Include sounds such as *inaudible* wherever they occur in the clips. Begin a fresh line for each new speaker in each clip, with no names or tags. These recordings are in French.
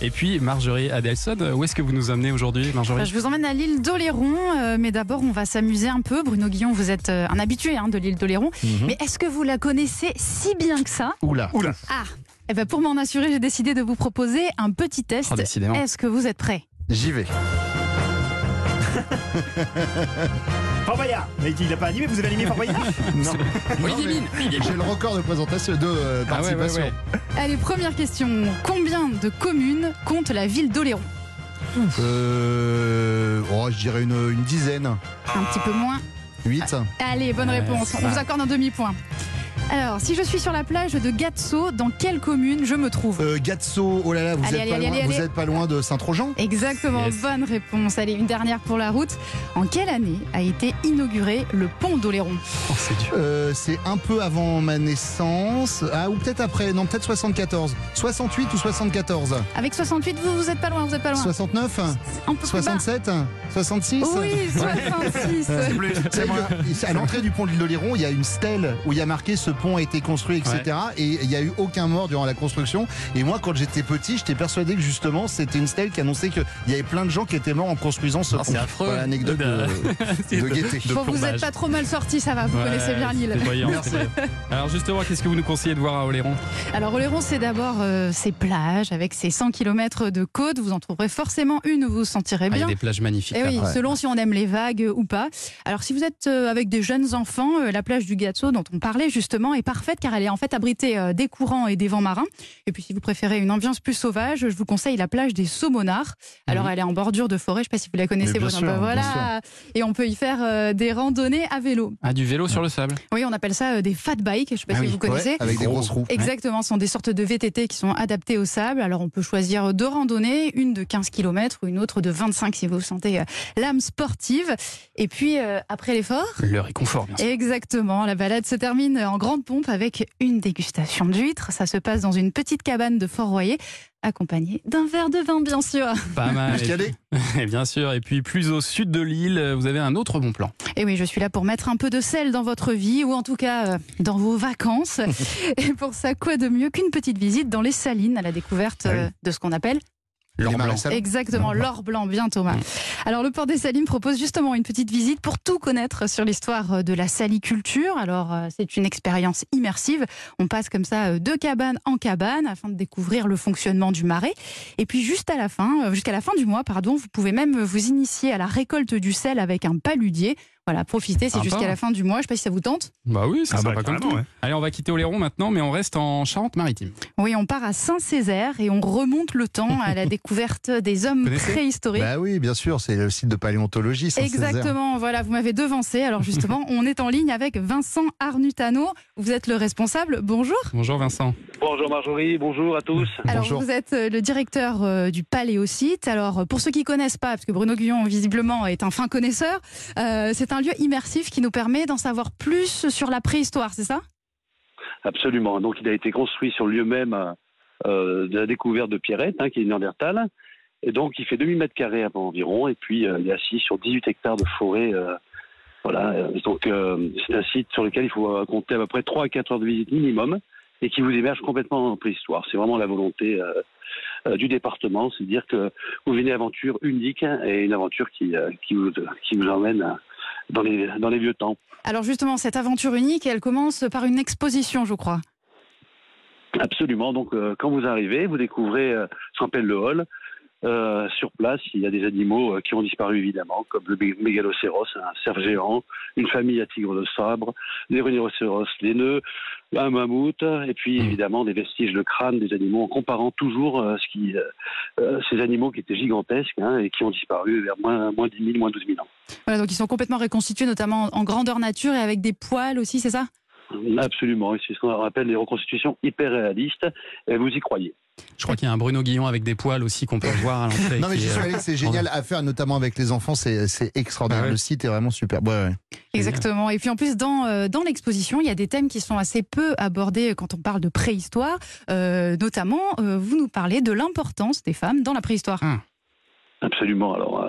Et puis Marjorie Adelson, où est-ce que vous nous amenez aujourd'hui, Marjorie
Euh, Je vous emmène à l'île d'Oléron, euh, mais d'abord on va s'amuser un peu. Bruno Guillon, vous êtes euh, un habitué hein, de l'île d'Oléron, mais est-ce que vous la connaissez si bien que ça
Oula.
Mhm. Oula.
Ah eh ben pour m'en assurer, j'ai décidé de vous proposer un petit test.
Oh, décidément.
Est-ce que vous êtes prêts
J'y vais.
Fort Boyard Mais il n'a pas animé, vous avez animé Fort Boyard
Non.
Oui,
Non,
il est mine,
mais
il est mine.
J'ai le record de présentation de euh,
Ah ouais, ouais,
participation.
ouais.
Allez, première question. Combien de communes compte la ville d'Oléron
Euh, oh, je dirais une, une dizaine.
Un petit peu moins.
8
Ah.
Allez, bonne
Ouais,
réponse.
ça
On
va.
vous accorde un demi-point. Alors, si je suis sur la plage de Gatso, dans quelle commune je me trouve
euh, Gatso, oh là là, vous
Allez,
êtes
allez,
pas
allez,
loin,
allez,
vous
allez.
êtes pas loin de Saint-Trojan
Exactement,
Yes.
bonne réponse. Allez, une dernière pour la route. En quelle année a été inauguré le pont d'Oléron
Oh, c'est *laughs* dur.
Euh, C'est un peu avant ma naissance. Ah, ou peut-être après, non, peut-être 74. 68 ou 74
Avec 68, vous, vous êtes pas loin, vous êtes pas loin.
69
Un peu plus bas.
67 66
Oui, 66.
C'est moi. À l'entrée du pont de l'île d'Oléron, il y a une stèle où il y a marqué ce pont a été construit, etc. Et il n'y a eu aucun mort durant la construction. Et moi, quand j'étais petit, j'étais persuadé que justement, c'était une stèle qui annonçait qu'il y avait plein de gens qui étaient morts en construisant ce
Ah,
pont.
c'est affreux.
Voilà, anecdote de,
*laughs* C'est
de gaieté.
*laughs* de
Bon, vous
plombage.
n'êtes pas trop mal sorti, ça va, vous
Ouais,
connaissez bien l'île.
c'est voyant, c'est voyant. Alors justement, qu'est-ce que vous nous conseillez de voir à Oléron Ah,
Alors Oléron, c'est d'abord euh, ses plages avec ses 100 km de côte. Vous en trouverez forcément une où vous vous sentirez
Ah, Il y
bien.
a des plages magnifiques.
Eh oui,
là-bas.
selon si on aime les vagues euh, ou pas. Alors si vous êtes euh, avec des jeunes enfants, euh, la plage du Gazzo dont on parlait justement est parfaite car elle est en fait abritée euh, des courants et des vents marins. Et puis si vous préférez une ambiance plus sauvage, je vous conseille la plage des Saumonards. Alors
Mhm.
elle est en bordure de forêt, je ne sais pas si vous la connaissez.
Mais bien
Bruno.
sûr,
Bah,
bien
voilà. Et on peut y faire euh, des randonnées à vélo.
Ah, du vélo sur le sable.
Oui, on appelle ça euh, des fat bikes, je ne sais pas si
Ah oui,
vous connaissez.
ouais, avec des
Gros.
grosses roues.
Exactement, ce sont des sortes de VTT qui sont adaptés au sable. Alors on peut choisir deux randonnées, une de 15 km ou une autre de 25 si vous vous sentez euh, l'âme sportive. Et puis euh, après l'effort,
Le réconfort, bien sûr.
exactement, la balade se termine en grande pompe avec une dégustation d'huîtres. Ça se passe dans une petite cabane de Fort-Royer, accompagnée d'un verre de vin bien sûr.
Pas mal. *laughs*
Jusqu'à aller.
Et bien sûr. Et puis plus au sud de l'île, vous avez un autre bon plan.
Et oui, je suis là pour mettre un peu de sel dans votre vie ou en tout cas euh, dans vos
*laughs*
vacances. Et pour ça, quoi de mieux qu'une petite visite dans les salines à la découverte
Ah oui.
euh, de ce qu'on appelle
L'or
Les
blanc.
marécages.
Exactement, l'or blanc, bien Thomas. Alors le port des Salines propose justement une petite visite pour tout connaître sur l'histoire euh, de la saliculture. Alors euh, c'est une expérience immersive. On passe comme ça euh, de cabane en cabane afin de découvrir le fonctionnement du marais. Et puis juste à la fin, euh, jusqu'à la fin du mois, pardon, vous pouvez même euh, vous initier à la récolte du sel avec un paludier. Voilà, profitez, c'est
Sympa. hein.
jusqu'à la fin du mois. Je sais pas si ça vous tente.
Bah oui, c'est
Ah bah,
sympa comme
carrément,
tout.
ouais.
Allez, on va quitter Oléron maintenant, mais on reste en Charente-Maritime.
Oui, on part à Saint-Césaire et on remonte le temps
*laughs*
à la découverte des hommes
Connaissez
préhistoriques.
Bah oui, bien sûr, c'est le site de paléontologie. Saint-Césaire.
Exactement, voilà, vous m'avez devancé. Alors
*laughs*
justement, on est en ligne avec Vincent Arnutano. Vous êtes le responsable. Bonjour.
Bonjour Vincent.
Bonjour Marjorie, bonjour à tous.
Alors
Bonjour.
vous êtes euh, le directeur euh, du Paléosite. Alors euh, pour ceux qui connaissent pas, parce que Bruno Guillon visiblement est un fin connaisseur, euh, c'est un lieu immersif qui nous permet d'en savoir plus sur la préhistoire, c'est ça
Absolument. Donc il a été construit sur le lieu même euh, de la découverte de Pierrette, hein, qui est Néandertal. Et donc il fait 2000 mètres carrés à peu environ. Et puis euh, il est assis sur 18 hectares de forêt. euh, voilà. Euh, Donc euh, c'est un site sur lequel il faut euh, compter à peu près 3 à 4 heures de visite minimum et qui vous héberge complètement en préhistoire. C'est vraiment la volonté euh, euh, du département. C'est de dire que vous venez une aventure unique hein, et une aventure qui, euh, qui, vous, qui vous emmène euh, dans les, dans les vieux temps.
Alors justement, cette aventure unique, elle commence par une exposition, je crois.
Absolument. Donc, euh, quand vous arrivez, vous découvrez euh, ce qu'on appelle le hall. Euh, sur place, il y a des animaux euh, qui ont disparu évidemment, comme le mé- mégalocéros, un cerf géant, une famille à tigre de sabre, des rhinocéros laineux, un mammouth, et puis
Mm.
évidemment des vestiges de crâne des animaux, en comparant toujours euh, ce qui, euh, euh, ces animaux qui étaient gigantesques hein, et qui ont disparu vers moins, moins 10 000, moins 12 000 ans.
Voilà, donc ils sont complètement reconstitués, notamment en grandeur nature et avec des poils aussi, c'est ça
Absolument, et c'est ce qu'on appelle les reconstitutions hyper réalistes, et vous y croyez.
Je crois qu'il y a un Bruno Guillon avec des poils aussi qu'on peut voir *laughs* à l'entrée.
Non mais
qui
j'y
est,
suis
euh,
allé, c'est génial à faire, notamment avec les enfants, c'est c'est extraordinaire.
Ah ouais.
Le site est vraiment super. Ouais, ouais.
Génial.
Exactement. Et puis en plus, dans, euh, dans l'exposition, il y a des thèmes qui sont assez peu abordés quand on parle de préhistoire. Euh, notamment, euh, vous nous parlez de l'importance des femmes dans la préhistoire.
Absolument. Alors, euh,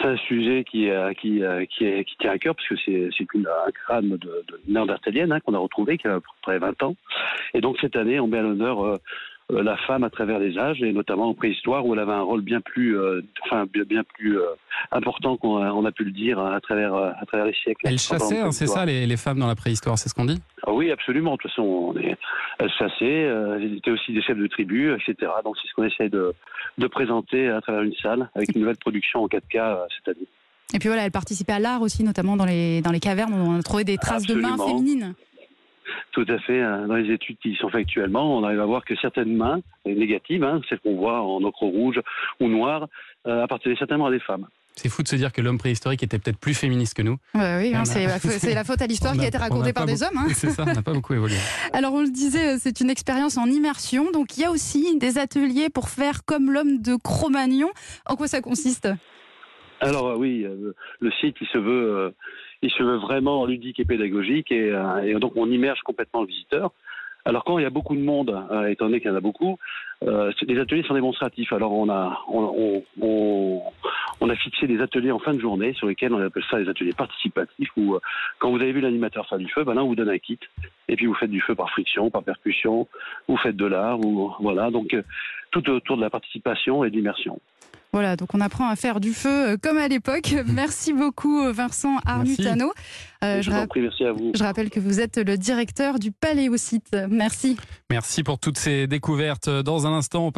c'est un sujet qui, euh, qui, euh, qui, est- qui tient à cœur, parce que c'est c'est une- un crâne de, de néandertalienne hein, qu'on a retrouvé, qui a à peu près 20 ans. Et donc, cette année, on met à l'honneur euh, euh, la femme à travers les âges et notamment en préhistoire où elle avait un rôle bien plus, euh, enfin bien, bien plus euh, important qu'on a, on a pu le dire hein, à travers euh, à travers les siècles.
Elles chassaient, hein, c'est ça, les, les femmes dans la préhistoire, c'est ce qu'on dit
Ah oui, absolument. De toute façon, on est, elles chassaient, euh, elles étaient aussi des chefs de tribu, etc. Donc c'est ce qu'on essaie de, de présenter à travers une salle avec une nouvelle production en 4K euh, cette année.
Et puis voilà, elle participait à l'art aussi, notamment dans les, dans les cavernes. où On a trouvé des traces de mains
Absolument.
féminines.
Tout à fait. hein. Dans les études qui sont faites actuellement, on arrive à voir que certaines mains, les négatives, hein, celles qu'on voit en ocre rouge ou noir, euh, appartenaient certainement à des femmes.
C'est fou de se dire que l'homme préhistorique était peut-être plus féministe que nous.
Ouais, oui, hein,
On a-
c'est la fa- c'est la faute à l'histoire
On
qui a
a-
été
on a
racontée
pas
par des hommes. hein.
C'est ça, on n'a pas beaucoup évolué.
Alors on le disait, euh, c'est une expérience en immersion. Donc il y a aussi des ateliers pour faire comme l'homme de Cro-Magnon. En quoi ça consiste
Alors euh, oui, euh, le site il se veut, euh, il se veut vraiment ludique et pédagogique et, euh, et donc on immerge complètement le visiteur. Alors quand il y a beaucoup de monde, euh, étant donné qu'il y en a beaucoup, euh, c'est- les ateliers sont démonstratifs. Alors on a, on, on- on- on a fixé des ateliers en fin de journée sur lesquels on appelle ça les ateliers participatifs où euh, quand vous avez vu l'animateur faire du feu, ben là on vous donne un kit et puis vous faites du feu par friction, par percussion, vous faites de l'art ou voilà donc euh, tout autour de la participation et de l'immersion.
Voilà, donc on apprend à faire du feu euh, comme à l'époque. Merci beaucoup euh, Vincent Arnutano. Euh,
je
je,
vous en
rap-
prie, merci à vous.
je rappelle que vous êtes le directeur du Paléocyte. Merci.
Merci pour toutes ces découvertes. Dans un instant, on